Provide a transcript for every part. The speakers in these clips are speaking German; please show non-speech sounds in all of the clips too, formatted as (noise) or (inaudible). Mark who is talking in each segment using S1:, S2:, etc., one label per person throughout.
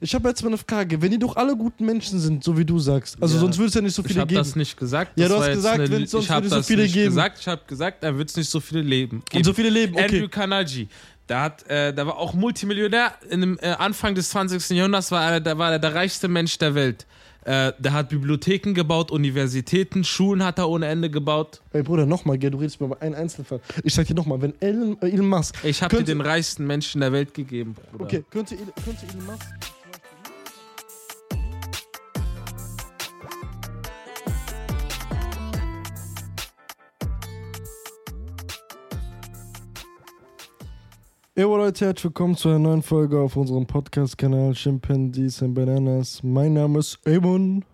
S1: Ich habe jetzt mal eine Frage. Wenn die doch alle guten Menschen sind, so wie du sagst, also
S2: Ja.
S1: sonst würde es ja nicht so
S2: Ich
S1: viele
S2: habe
S1: geben.
S2: das nicht gesagt.
S1: Ja,
S2: das
S1: du
S2: war
S1: hast
S2: jetzt
S1: gesagt,
S2: eine-
S1: wenn- sonst
S2: ich hab
S1: würde es so
S2: das
S1: viele
S2: nicht
S1: geben.
S2: Gesagt, ich habe gesagt, da wird es nicht so viele leben.
S1: Und so viele leben,
S2: Andrew
S1: okay.
S2: Carnegie, der hat, äh, der war auch Multimillionär. In dem, äh, Anfang des 20. Jahrhunderts war er, da war er der reichste Mensch der Welt. Äh, der hat Bibliotheken gebaut, Universitäten, Schulen hat er ohne Ende gebaut.
S1: Ey Bruder, nochmal, gell, du redest mir über einen Einzelfall. Ich sag dir nochmal, wenn Elon, äh, Elon Musk.
S2: Ich habe dir
S1: Könnte-
S2: den reichsten Menschen der Welt gegeben, Bruder.
S1: Okay, könnte, El- könnte Elon Musk. zum Beispiel- Yo Leute, herzlich willkommen zu einer neuen Folge auf unserem Podcast-Kanal Chimpanzees and Bananas. Mein Name ist Amon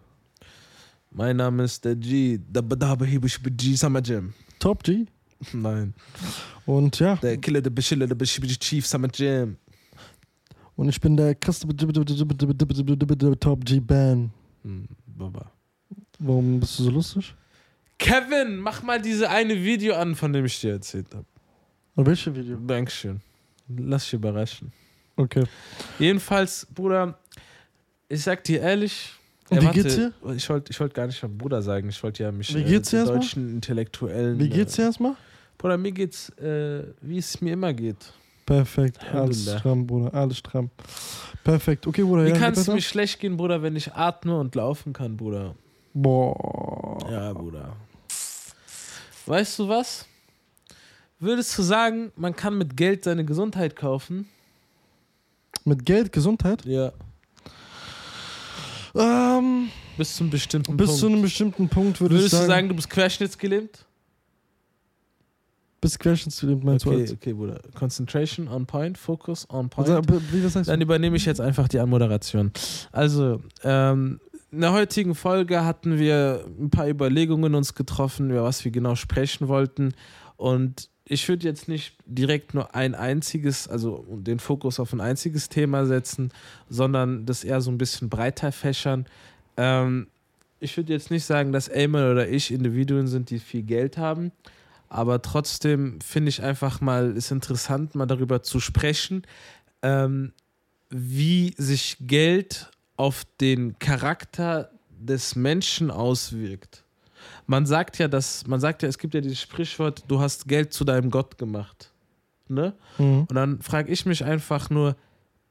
S2: Mein Name ist der G. G Summer Jam. (laughs)
S1: Top G
S2: Nein.
S1: und ja,
S2: Der Killer, der Beshiller, der Chief Summer Jam.
S1: und ich bin der krasse Top G Ban.
S2: Hm, Baba.
S1: Warum bist du so lustig?
S2: Kevin, mach mal diese eine Video an, von dem ich dir erzählt habe.
S1: Oder welche Video?
S2: Dankeschön. Lass dich überraschen.
S1: Okay.
S2: Jedenfalls, Bruder, ich sag dir ehrlich.
S1: Und
S2: äh,
S1: wie
S2: warte,
S1: geht's dir?
S2: Ich wollte ich wollt gar nicht mein Bruder sagen. Ich wollte ja mich äh,
S1: Wie geht's dir
S2: den
S1: erstmal?
S2: deutschen Intellektuellen.
S1: Wie geht's dir erstmal?
S2: Äh, Bruder, mir geht's, äh, wie es mir immer geht.
S1: Perfekt. Alles
S2: Alhamdulillah.
S1: stramm, Bruder. Alles stramm. Perfekt. Okay, Bruder.
S2: Wie
S1: ja,
S2: kann es
S1: weiter?
S2: mir schlecht gehen, Bruder, wenn ich atme und laufen kann, Bruder?
S1: Boah.
S2: Ja, Bruder. Weißt du was? Würdest du sagen, man kann mit Geld seine Gesundheit kaufen?
S1: Mit Geld, Gesundheit?
S2: Ja.
S1: Ähm,
S2: Bis zu einem bestimmten
S1: bis
S2: Punkt.
S1: zu einem bestimmten Punkt würde ich
S2: Würdest
S1: sagen.
S2: du sagen, du bist querschnittsgelähmt?
S1: bis querschnittsgelähmt meinst du
S2: Okay,
S1: als.
S2: okay, Bruder. Concentration on point, Focus on
S1: Also,
S2: point.
S1: wie das heißt?
S2: Dann übernehme ich jetzt einfach die Anmoderation. Also, ähm, in der heutigen Folge hatten wir ein paar Überlegungen uns getroffen, über was wir genau sprechen wollten. Und ich würde jetzt nicht direkt nur ein einziges, also den Fokus auf ein einziges Thema setzen, sondern das eher so ein bisschen breiter fächern. Ähm, ich würde jetzt nicht sagen, dass Eamon oder ich Individuen sind, die viel Geld haben. Aber trotzdem finde ich einfach mal, ist interessant, mal darüber zu sprechen, ähm, wie sich Geld auf den Charakter des Menschen auswirkt. Man sagt ja, dass, man sagt ja, es gibt ja dieses Sprichwort, du hast Geld zu deinem Gott gemacht. Ne?
S1: Mhm.
S2: Und dann frage ich mich einfach nur,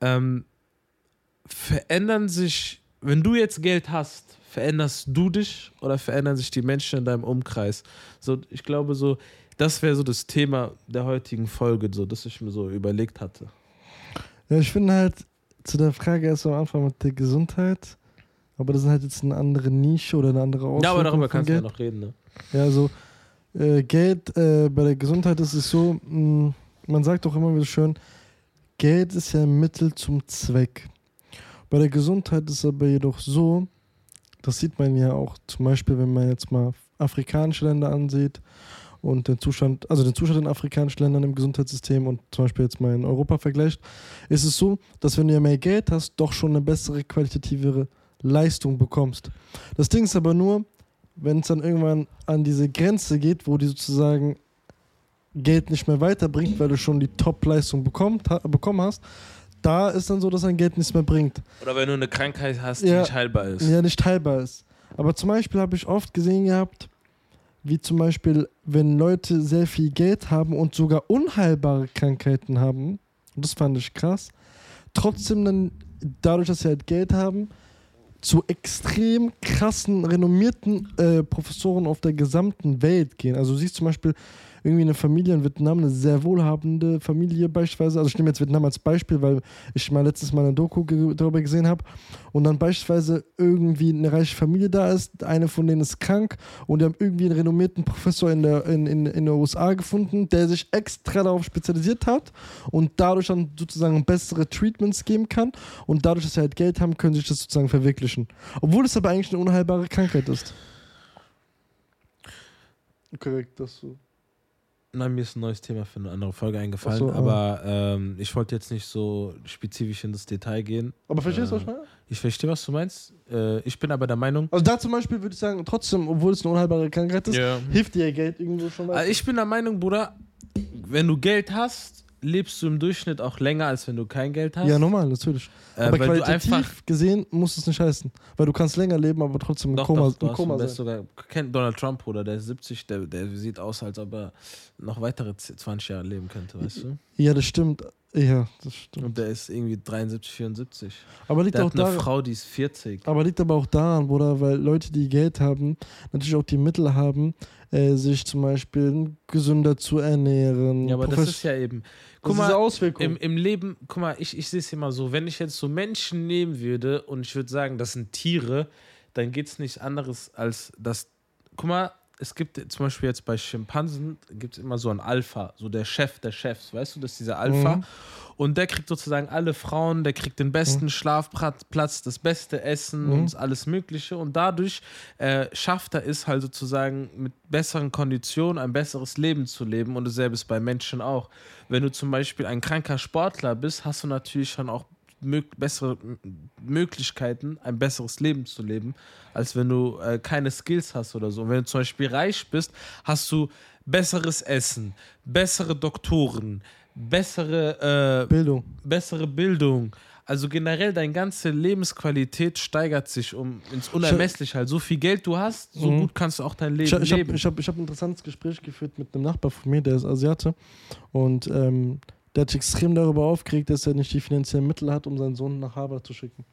S2: ähm, verändern sich, wenn du jetzt Geld hast, veränderst du dich oder verändern sich die Menschen in deinem Umkreis? So, ich glaube so, das wäre so das Thema der heutigen Folge, so, das ich mir so überlegt hatte.
S1: Ja, ich finde halt zu der Frage erst am Anfang mit der Gesundheit. Aber das ist halt jetzt eine andere Nische oder eine andere Auswirkung.
S2: Ja, aber
S1: von
S2: darüber kannst du ja
S1: Geld.
S2: noch reden, ne?
S1: Ja, also äh, Geld äh, bei der Gesundheit ist es so, mh, man sagt doch immer wieder schön, Geld ist ja ein Mittel zum Zweck. Bei der Gesundheit ist aber jedoch so, das sieht man ja auch zum Beispiel, wenn man jetzt mal afrikanische Länder ansieht und den Zustand, also den Zustand in afrikanischen Ländern im Gesundheitssystem und zum Beispiel jetzt mal in Europa vergleicht, ist es so, dass wenn du ja mehr Geld hast, doch schon eine bessere, qualitativere Leistung bekommst. Das Ding ist aber nur, wenn es dann irgendwann an diese Grenze geht, wo die sozusagen Geld nicht mehr weiterbringt, weil du schon die Top-Leistung bekommt, ha, bekommen hast, da ist dann so, dass dein Geld nichts mehr bringt.
S2: Oder wenn du eine Krankheit hast, die
S1: Ja.
S2: nicht heilbar ist.
S1: Ja, nicht teilbar ist. Aber zum Beispiel habe ich oft gesehen gehabt, wie zum Beispiel, wenn Leute sehr viel Geld haben und sogar unheilbare Krankheiten haben, und das fand ich krass, trotzdem dann dadurch, dass sie halt Geld haben, zu extrem krassen, renommierten äh, Professoren auf der gesamten Welt gehen. Also du siehst zum Beispiel irgendwie eine Familie in Vietnam, eine sehr wohlhabende Familie beispielsweise. Also ich nehme jetzt Vietnam als Beispiel, weil ich mal letztes Mal eine Doku ge darüber gesehen habe. Und dann beispielsweise irgendwie eine reiche Familie da ist, eine von denen ist krank und die haben irgendwie einen renommierten Professor in der in, in, in der USA gefunden, der sich extra darauf spezialisiert hat und dadurch dann sozusagen bessere Treatments geben kann. Und dadurch, dass sie halt Geld haben, können sie sich das sozusagen verwirklichen. Obwohl es aber eigentlich eine unheilbare Krankheit ist. Korrekt, das so.
S2: Na, mir ist ein neues Thema für eine andere Folge eingefallen,
S1: Ach so, ah.
S2: aber ähm, ich wollte jetzt nicht so spezifisch in das Detail gehen.
S1: Aber verstehst du, was ich
S2: Äh.
S1: meine?
S2: Ich verstehe, was du meinst. Äh, ich bin aber der Meinung.
S1: Also da zum Beispiel würde ich sagen, trotzdem, obwohl es eine unheilbare Krankheit ist,
S2: Ja. Ah,
S1: hilft dir ja Geld irgendwo schon weiter.
S2: Also ich bin der Meinung, Bruder, wenn du Geld hast, lebst du im Durchschnitt auch länger, als wenn du kein Geld hast.
S1: Ja, normal, natürlich.
S2: äh,
S1: aber
S2: weil du
S1: qualitativ
S2: einfach
S1: gesehen muss es nicht heißen. Weil du kannst länger leben, aber trotzdem im
S2: doch,
S1: Koma,
S2: doch, du
S1: im
S2: hast
S1: Koma
S2: du bist
S1: sein.
S2: sogar kennt Donald Trump oder der ist 70, der, der sieht aus, als ob er noch weitere 20 Jahre leben könnte, weißt du?
S1: Ja, das stimmt. Ja, das stimmt.
S2: Und der ist irgendwie 73, 74.
S1: Aber liegt
S2: Der
S1: auch
S2: hat eine
S1: daran,
S2: Frau, die ist 40.
S1: Aber liegt aber auch daran, Bruder, weil Leute, die Geld haben, natürlich auch die Mittel haben, äh, sich zum Beispiel gesünder zu ernähren.
S2: Ja, aber das
S1: Profes-
S2: ist ja eben.
S1: das
S2: Guck
S1: ist eine
S2: mal,
S1: Auswirkung.
S2: im, im Leben, guck mal, ich, ich sehe es immer so, wenn ich jetzt so Menschen nehmen würde und ich würde sagen, das sind Tiere, dann geht es nichts anderes als das. Guck mal, es gibt zum Beispiel jetzt bei Schimpansen gibt es immer so einen Alpha, so der Chef der Chefs, weißt du, das ist dieser Alpha.
S1: Mhm.
S2: Und der kriegt sozusagen alle Frauen, der kriegt den besten Schlafplatz, das beste Essen
S1: Mhm.
S2: und alles Mögliche. Und dadurch äh, schafft er es halt sozusagen mit besseren Konditionen ein besseres Leben zu leben. Und dasselbe ist bei Menschen auch. Wenn du zum Beispiel ein kranker Sportler bist, hast du natürlich schon auch mög bessere m- Möglichkeiten, ein besseres Leben zu leben, als wenn du äh, keine Skills hast oder so. Und wenn du zum Beispiel reich bist, hast du besseres Essen, bessere Doktoren, bessere, äh,
S1: Bildung.
S2: bessere Bildung. Also generell deine ganze Lebensqualität steigert sich um ins Unermessliche. Halt. So viel Geld du hast, so
S1: Mhm.
S2: gut kannst du auch dein Leben
S1: Ich, hab- ich habe
S2: leben.
S1: ich hab, ich hab ein interessantes Gespräch geführt mit einem Nachbar von mir, der ist Asiate. Und ähm, der hat sich extrem darüber aufgeregt, dass er nicht die finanziellen Mittel hat, um seinen Sohn nach Harvard zu schicken.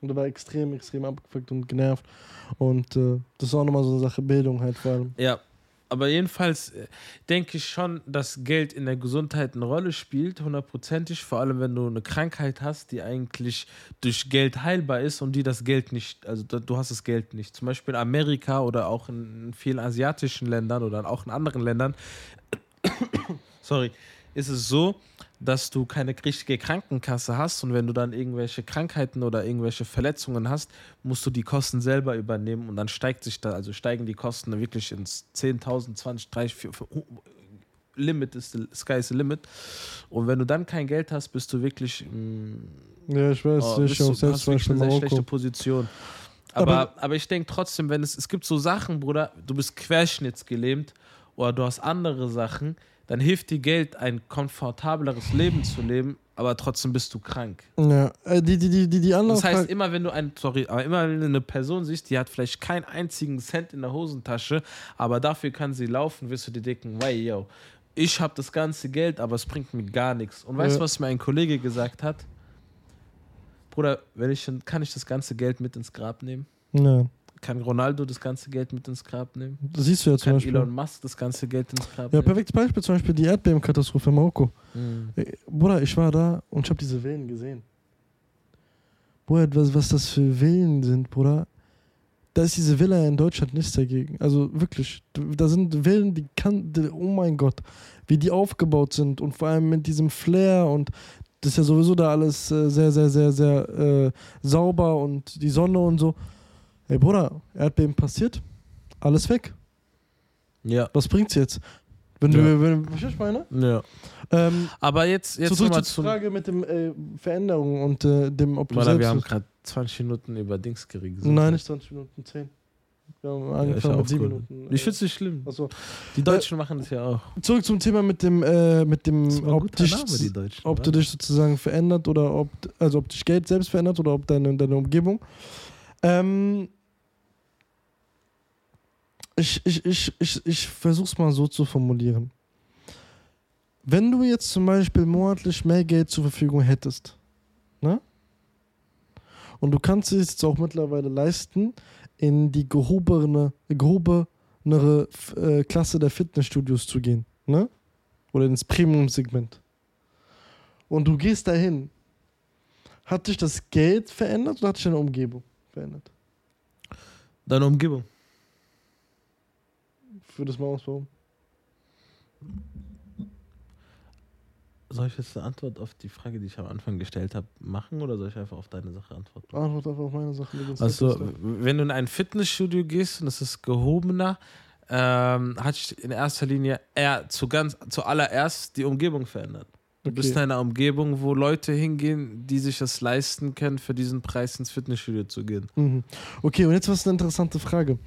S1: Und er war extrem, extrem abgefuckt und genervt. Und äh, das ist auch nochmal so eine Sache Bildung halt vor allem.
S2: Ja, aber jedenfalls äh, denke ich schon, dass Geld in der Gesundheit eine Rolle spielt, hundertprozentig, vor allem wenn du eine Krankheit hast, die eigentlich durch Geld heilbar ist und die das Geld nicht, also da- du hast das Geld nicht. Zum Beispiel in Amerika oder auch in vielen asiatischen Ländern oder auch in anderen Ländern, sorry, ist es so, dass du keine richtige Krankenkasse hast und wenn du dann irgendwelche Krankheiten oder irgendwelche Verletzungen hast, musst du die Kosten selber übernehmen und dann steigt sich da, also steigen die Kosten wirklich ins 10.000, 20, 30, 4, 5, Limit ist, the- sky is the limit. Und wenn du dann kein Geld hast, bist du wirklich, mm, mh,
S1: Ja, ich weiß,
S2: oh,
S1: ich
S2: bist du,
S1: hab selbst
S2: hast wirklich
S1: Beispiel
S2: eine sehr
S1: Marokko.
S2: schlechte Position.
S1: Aber-
S2: Aber, aber, ich denke trotzdem, wenn es, es gibt so Sachen, Bruder, du bist querschnittsgelähmt oder du hast andere Sachen, dann hilft dir Geld, ein komfortableres Leben zu leben, aber trotzdem bist du krank.
S1: Ja, äh, die, die, die, die, die andere
S2: Das heißt,
S1: Frage.
S2: immer wenn du ein, sorry, aber immer wenn du eine Person siehst, die hat vielleicht keinen einzigen Cent in der Hosentasche, aber dafür kann sie laufen, wirst du dir denken, wey, yo, ich habe das ganze Geld, aber es bringt mir gar nichts. Und weißt du,
S1: Ja.
S2: was mir ein Kollege gesagt hat? Bruder, wenn ich, dann- kann ich das ganze Geld mit ins Grab nehmen?
S1: Nein.
S2: Kann Ronaldo das ganze Geld mit ins Grab nehmen?
S1: Das siehst du ja zum
S2: Kann
S1: Beispiel.
S2: Elon Musk das ganze Geld ins Grab
S1: Ja,
S2: nehmen?
S1: perfektes Beispiel zum Beispiel die Erdbebenkatastrophe in Marokko.
S2: Mhm.
S1: Ey, Bruder, ich war da und ich habe diese Wellen gesehen. Bruder, was, was das für Wellen sind, Bruder. Da ist diese Villa in Deutschland nichts dagegen. Also wirklich, da sind Villen, die kann, die, oh mein Gott, wie die aufgebaut sind und vor allem mit diesem Flair und das ist ja sowieso da alles äh, sehr, sehr, sehr, sehr äh, sauber und die Sonne und so. Ey Bruder, Erdbeben passiert, alles weg.
S2: Ja.
S1: Was bringt's jetzt? Wenn
S2: Ja.
S1: du, wenn, verstehst du, was ich meine?
S2: ja.
S1: Ähm,
S2: Aber jetzt, jetzt
S1: zurück
S2: nochmal
S1: zur
S2: zum.
S1: Frage mit dem äh, Veränderung und äh, dem, ob du
S2: Bruder,
S1: selbst.
S2: wir haben gerade 20 Minuten über Dings geredet.
S1: Nein, nicht 20 Minuten 10. Wir haben
S2: ich
S1: angefangen
S2: auch
S1: mit 7
S2: cool.
S1: Minuten.
S2: Ich find's nicht schlimm.
S1: Achso.
S2: Die Deutschen machen das ja auch.
S1: Zurück zum Thema mit dem, äh, mit dem ob, dich,
S2: Deutschen.
S1: ob du dich sozusagen verändert oder ob, also ob dich Geld selbst verändert oder ob deine, deine Umgebung. Ähm, ich ich, ich, ich, ich versuche es mal so zu formulieren. Wenn du jetzt zum Beispiel monatlich mehr Geld zur Verfügung hättest, ne? Und du kannst es jetzt auch mittlerweile leisten, in die gehobene, gehobenere f- äh, Klasse der Fitnessstudios zu gehen, ne? Oder ins Premium-Segment. Und du gehst dahin. Hat dich das Geld verändert oder hat dich deine Umgebung verändert?
S2: Deine Umgebung.
S1: Für das mal ausbauen.
S2: Soll ich jetzt eine Antwort auf die Frage, die ich am Anfang gestellt habe, machen oder soll ich einfach auf deine Sache antworten?
S1: Antwort einfach auf meine Sache. Lieblings-
S2: Also, w- wenn du in ein Fitnessstudio gehst und es ist gehobener, ähm, hat sich in erster Linie eher zu ganz, zuallererst die Umgebung verändert. Du
S1: Okay.
S2: bist in einer Umgebung, wo Leute hingehen, die sich das leisten können, für diesen Preis ins Fitnessstudio zu gehen.
S1: Mhm. Okay, und jetzt was eine interessante Frage.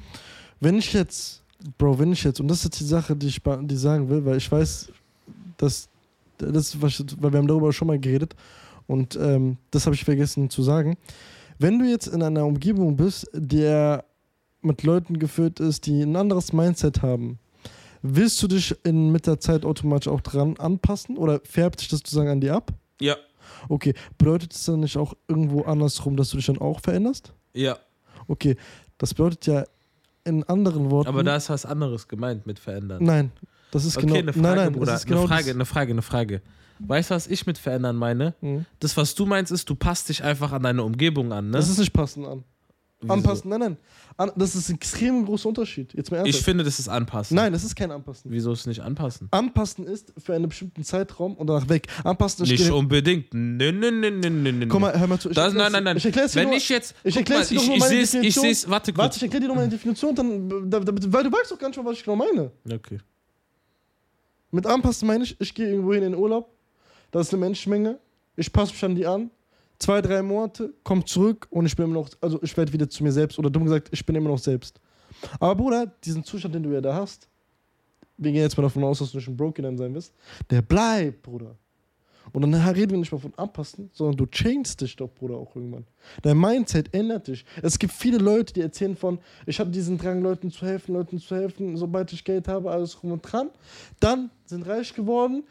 S1: Wenn ich jetzt, Bro, wenn ich jetzt, und das ist jetzt die Sache, die ich, ba- die ich sagen will, weil ich weiß, Das, das, was- weil wir haben darüber schon mal geredet und ähm, das habe ich vergessen zu sagen. Wenn du jetzt in einer Umgebung bist, der mit Leuten geführt ist, die ein anderes Mindset haben, willst du dich in, mit der Zeit automatisch auch dran anpassen oder färbt sich das sozusagen an dir ab?
S2: Ja,
S1: Okay, bedeutet es dann nicht auch irgendwo andersrum, dass du dich dann auch veränderst?
S2: ja.
S1: Okay, das bedeutet ja in anderen Worten.
S2: Aber da ist was anderes gemeint mit verändern.
S1: Nein, das ist
S2: okay,
S1: genau.
S2: eine Frage,
S1: nein, nein,
S2: Bruder.
S1: das ist genau
S2: eine Frage, ne? eine Frage, eine Frage. Weißt du, was ich mit verändern meine?
S1: Das, Mhm.
S2: Das, was du meinst, ist, du passt dich einfach an deine Umgebung an, ne?
S1: das ist nicht passend an.
S2: Wieso?
S1: Anpassen, nein, nein. An, das ist ein extrem großer Unterschied. Jetzt mal
S2: Ich
S1: ernsthaft.
S2: finde, das ist anpassen.
S1: nein, das ist kein Anpassen.
S2: Wieso ist nicht anpassen?
S1: Anpassen ist für einen bestimmten Zeitraum und danach weg. Anpassen ist.
S2: Nicht
S1: gene-
S2: unbedingt. Nö, nö, nö, nö, nö, nö.
S1: Guck mal, hör mal zu. Ich
S2: das,
S1: erklär's
S2: nein, nein,
S1: dir-
S2: nein.
S1: Ich erklär's dir
S2: Wenn
S1: nur,
S2: ich jetzt.
S1: ich
S2: guck
S1: erklär's dir
S2: mal,
S1: doch nur
S2: ich, ich
S1: meine
S2: seh's, ich
S1: Definition.
S2: seh's, warte
S1: Warte,
S2: kurz.
S1: ich erklär dir nochmal eine Definition, dann, da- da- weil du weißt doch gar nicht mal, was ich genau meine.
S2: Okay.
S1: Mit anpassen meine ich, ich gehe irgendwo hin in den Urlaub, da ist eine Menschenmenge, ich passe mich an die an, zwei, drei Monate, komme zurück und ich bin immer noch, also ich werde wieder zu mir selbst oder dumm gesagt, ich bin immer noch selbst. Aber Bruder, diesen Zustand, den du ja da hast, wir gehen jetzt mal davon aus, dass du nicht ein Broken sein wirst, der bleibt, Bruder. Und dann reden wir nicht mal von anpassen, sondern du changst dich doch, Bruder, auch irgendwann. Dein Mindset ändert dich. Es gibt viele Leute, die erzählen von, ich habe diesen Drang, Leuten zu helfen, Leuten zu helfen, sobald ich Geld habe, alles rum und dran. Dann sind reich geworden.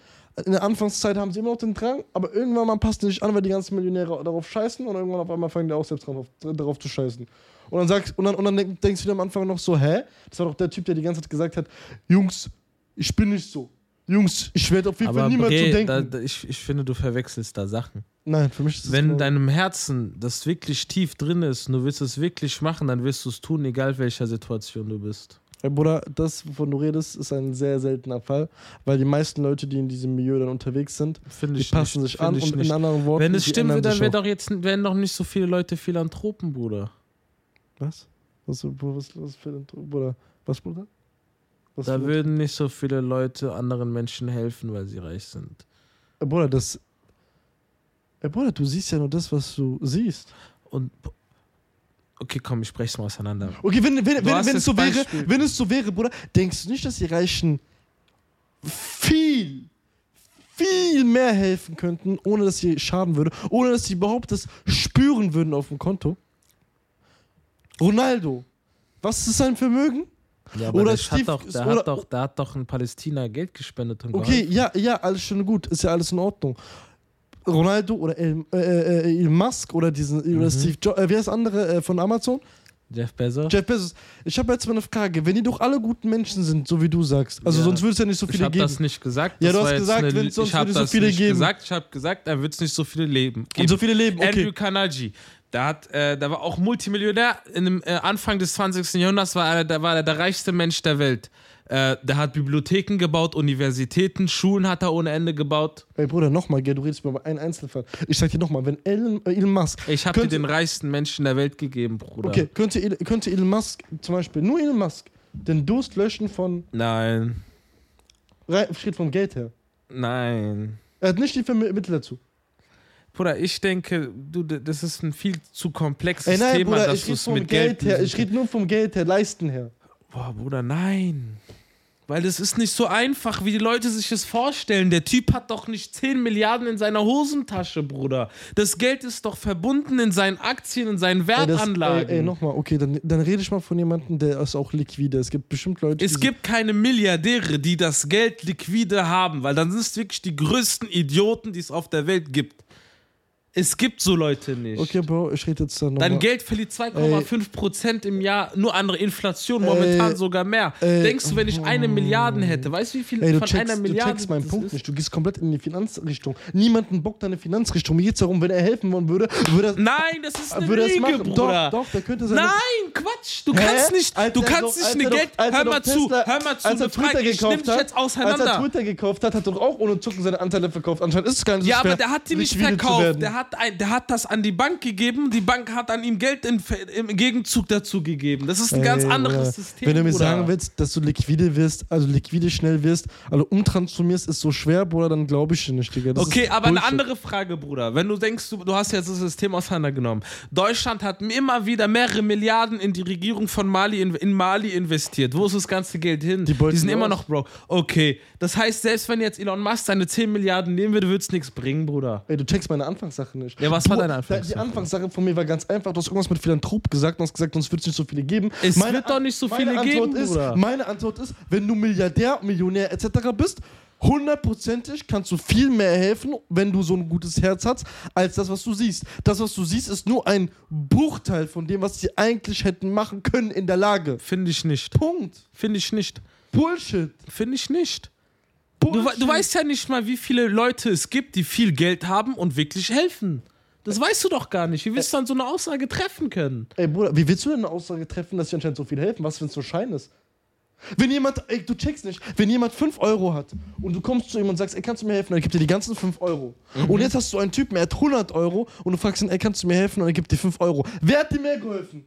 S1: In der Anfangszeit haben sie immer noch den Drang, aber irgendwann mal passt es nicht an, weil die ganzen Millionäre darauf scheißen und irgendwann auf einmal fangen die auch selbst drauf, darauf zu scheißen. Und dann, sagst, und, dann, und dann denk- denkst du dir am Anfang noch so, hä? Das war doch der Typ, der die ganze Zeit gesagt hat, Jungs, ich bin nicht so. Jungs, ich werde auf jeden
S2: Aber
S1: Fall niemals so
S2: Bre,
S1: denken.
S2: da, da, ich, ich finde, du verwechselst da Sachen.
S1: Nein, für mich ist es
S2: Wenn in
S1: genau-
S2: deinem Herzen das wirklich tief drin ist und du willst es wirklich machen, dann wirst du es tun, egal welcher Situation du bist.
S1: Ey, Bruder, das, wovon du redest, ist ein sehr seltener Fall, weil die meisten Leute, die in diesem Milieu dann unterwegs sind,
S2: Finde
S1: die
S2: ich
S1: passen
S2: nicht,
S1: sich
S2: finde
S1: an
S2: ich
S1: und
S2: nicht.
S1: in anderen Worten.
S2: Wenn es
S1: die
S2: stimmt,
S1: ändern
S2: dann
S1: sich
S2: wären
S1: auch.
S2: doch jetzt wären doch nicht so viele Leute Philanthropen, Bruder.
S1: Was? Was, was, was für ein Druck, Bruder? Was, Bruder? Was
S2: Da
S1: für-
S2: würden nicht so viele Leute anderen Menschen helfen, weil sie reich sind.
S1: Ey, Bruder, das. Ey, Bruder, du siehst ja nur das, was du siehst.
S2: Und okay, komm, ich spreche es mal auseinander.
S1: Okay, wenn, wenn, wenn,
S2: hast
S1: wenn,
S2: das
S1: es so wäre,
S2: Beispiel.
S1: wenn es so wäre, Bruder, denkst du nicht, dass die Reichen viel, viel mehr helfen könnten, ohne dass sie schaden würde, ohne dass sie überhaupt das spüren würden auf dem Konto? Ronaldo, was ist sein Vermögen?
S2: Ja, aber
S1: Oder
S2: der, hat
S1: Steve-
S2: doch, der,
S1: oder-
S2: hat doch, der hat doch in Palästina Geld gespendet und
S1: Okay,
S2: geholfen.
S1: ja, ja, alles schon gut, ist ja alles in Ordnung. Ronaldo oder El, äh, äh, Elon Musk oder diesen
S2: Mhm.
S1: oder Steve Jobs, äh, wer ist andere äh, von Amazon?
S2: Jeff Bezos.
S1: Jeff Bezos, ich habe jetzt mal eine Frage. Wenn die doch alle guten Menschen sind, so wie du sagst, also
S2: Ja.
S1: sonst würde es ja nicht so
S2: ich
S1: viele
S2: habe
S1: geben.
S2: das nicht gesagt.
S1: Ja,
S2: das
S1: du
S2: war
S1: hast
S2: jetzt
S1: gesagt, wenn sonst
S2: ich
S1: würde
S2: habe
S1: es so
S2: das
S1: viele
S2: nicht
S1: geben.
S2: gesagt. Ich habe gesagt, er wird es nicht so viele leben.
S1: Und
S2: geben.
S1: so viele leben,
S2: Andrew
S1: okay.
S2: Kanaji, der, hat, äh, der war auch Multimillionär. In dem, äh, Anfang des 20. Jahrhunderts war er, der, war er der reichste Mensch der Welt. Äh, der hat Bibliotheken gebaut, Universitäten, Schulen hat er ohne Ende gebaut.
S1: Ey Bruder, nochmal, gell, du redest mir über einen Einzelfall. Ich sag dir nochmal, wenn Elon, äh, Elon Musk.
S2: Ich habe dir
S1: könnte,
S2: den reichsten Menschen der Welt gegeben, Bruder.
S1: Okay, könnte, El- könnte Elon Musk zum Beispiel, nur Elon Musk, den Durst löschen von,
S2: Nein,
S1: rei- steht vom Geld her.
S2: nein.
S1: Er hat nicht die Vermö- Mittel dazu.
S2: Bruder, ich denke, du, d- das ist ein viel zu komplexes
S1: Ey, nein,
S2: Thema,
S1: Bruder,
S2: dass
S1: ich
S2: du
S1: rede
S2: es
S1: vom
S2: mit
S1: Geld,
S2: Geld.
S1: her.
S2: lösen
S1: Ich rede nur vom Geld her, Leisten her.
S2: Boah, Bruder, nein. Weil das ist nicht so einfach, wie die Leute sich es vorstellen. Der Typ hat doch nicht 10 Milliarden in seiner Hosentasche, Bruder. Das Geld ist doch verbunden in seinen Aktien, in seinen
S1: Ey, das-
S2: Wertanlagen.
S1: Ey, ey nochmal, okay, dann, dann rede ich mal von jemandem, der ist auch liquide. Es gibt bestimmt Leute,
S2: es
S1: die
S2: gibt keine Milliardäre, die das Geld liquide haben, weil dann sind es wirklich die größten Idioten, die es auf der Welt gibt. Es gibt so Leute nicht.
S1: Okay, Bro, ich rede jetzt dann nochmal.
S2: Dein Geld verliert 2,5% im Jahr, nur andere Inflation, momentan
S1: Ey,
S2: sogar mehr.
S1: ey, oh
S2: Denkst du, wenn ich eine Milliarde hätte, weißt du, wie viel
S1: Ey, du
S2: von einer
S1: checkst, du
S2: Milliarde
S1: checkst meinen
S2: das
S1: Punkt
S2: ist?
S1: nicht. Du gehst komplett in die Finanzrichtung. Niemanden bockt deine Finanzrichtung. Mir geht's darum, wenn er helfen wollen würde, würde er,
S2: Nein, das ist eine
S1: würde er es
S2: Lüge,
S1: machen.
S2: Bruder.
S1: Doch, doch, der könnte sein.
S2: Nein, Quatsch, du
S1: Hä?
S2: kannst nicht,
S1: Als
S2: du
S1: er
S2: kannst
S1: doch-
S2: nicht
S1: als
S2: eine
S1: er doch-
S2: Geld,
S1: als er
S2: hör
S1: doch
S2: mal zu,
S1: Tesla-
S2: hör mal zu,
S1: als er
S2: eine Frage,
S1: Twitter
S2: ich nehm
S1: gekauft
S2: dich
S1: hat,
S2: jetzt
S1: Als er
S2: auseinander.
S1: Twitter gekauft hat, hat er doch auch ohne Zucken seine Anteile verkauft. Anscheinend ist es gar nicht so
S2: Ja,
S1: schwer,
S2: aber der hat die nicht
S1: liquide zu
S2: verkauft,
S1: werden.
S2: der hat, ein, der hat das an die Bank gegeben, die Bank hat an ihm Geld im, Fe- im Gegenzug dazu gegeben. Das ist ein ganz
S1: Ey, Bruder.
S2: anderes System.
S1: Wenn du mir
S2: Bruder.
S1: sagen willst, dass du liquide wirst, also liquide schnell wirst, also umtransformierst, ist so schwer, Bruder, dann glaube ich dir nicht, Digga. Das
S2: Okay,
S1: ist
S2: aber eine
S1: Bullshit.
S2: andere Frage, Bruder. Wenn du denkst, du, du hast jetzt das System auseinandergenommen. Deutschland hat immer wieder mehrere Milliarden in die Regierung von Mali in, in Mali investiert. Wo ist das ganze Geld hin?
S1: Die beuten
S2: sind immer
S1: aus.
S2: noch broke. Okay, das heißt, selbst wenn jetzt Elon Musk seine 10 Milliarden nehmen würde, würde es nichts bringen, Bruder.
S1: Ey, du checkst meine Anfangssache nicht.
S2: Ja, was
S1: du,
S2: war deine
S1: Die
S2: Anfangssache?
S1: Anfangssache von mir war ganz einfach. Du hast irgendwas mit Philanthrop gesagt und hast gesagt, sonst wird es nicht so viele geben.
S2: Es wird doch nicht so
S1: meine
S2: viele
S1: Antwort
S2: geben,
S1: ist,
S2: Bruder.
S1: Meine Antwort ist, wenn du Milliardär, Millionär etc. bist, hundertprozentig kannst du viel mehr helfen, wenn du so ein gutes Herz hast, als das, was du siehst. Das, was du siehst, ist nur ein Bruchteil von dem, was sie eigentlich hätten machen können in der Lage.
S2: Finde ich nicht.
S1: Punkt.
S2: Finde ich nicht.
S1: Bullshit.
S2: Finde ich nicht. Du, we-
S1: Bullshit.
S2: du weißt ja nicht mal, wie viele Leute es gibt, die viel Geld haben und wirklich helfen. Das weißt du doch gar nicht. Wie willst du dann so eine Aussage treffen können?
S1: Ey, Bruder, wie willst du denn eine Aussage treffen, dass sie anscheinend so viel helfen? Was, wenn es so Schein ist? Wenn jemand, ey, du checkst nicht, wenn jemand 5 Euro hat und du kommst zu ihm und sagst, ey, kannst du mir helfen? Und er gibt dir die ganzen 5 Euro.
S2: Mhm.
S1: Und jetzt hast du einen Typen, er hat 100 Euro und du fragst ihn, ey, kannst du mir helfen? Und er gibt dir 5 Euro. Wer hat dir mehr geholfen?